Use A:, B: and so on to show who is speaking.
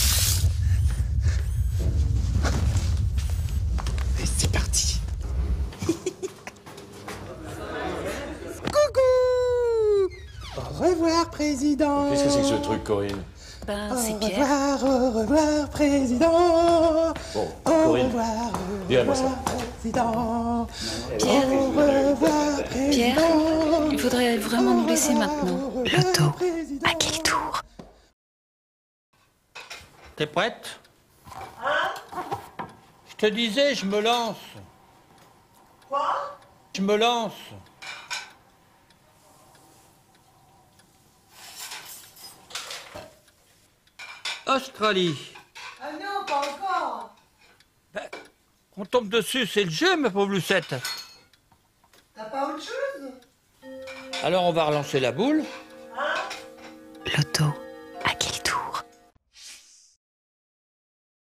A: président.
B: Qu'est-ce que c'est que ce truc, Corinne
C: Ben,
A: Au
C: c'est Pierre.
A: revoir, au revoir, président.
B: Bon,
A: Au
B: Corinne,
A: revoir, au
B: dis-moi ça.
A: revoir, président.
C: Pierre,
A: Au revoir, président.
C: Pierre, il faudrait vraiment nous laisser maintenant.
A: L'auto, à quel tour
D: T'es prête Je te disais, je me lance. Quoi Je me lance. Australie.
E: Ah non, pas encore.
D: Ben, on tombe dessus, c'est le jeu, ma pauvre Lucette.
E: T'as pas autre chose
D: Alors on va relancer la boule.
C: L'auto,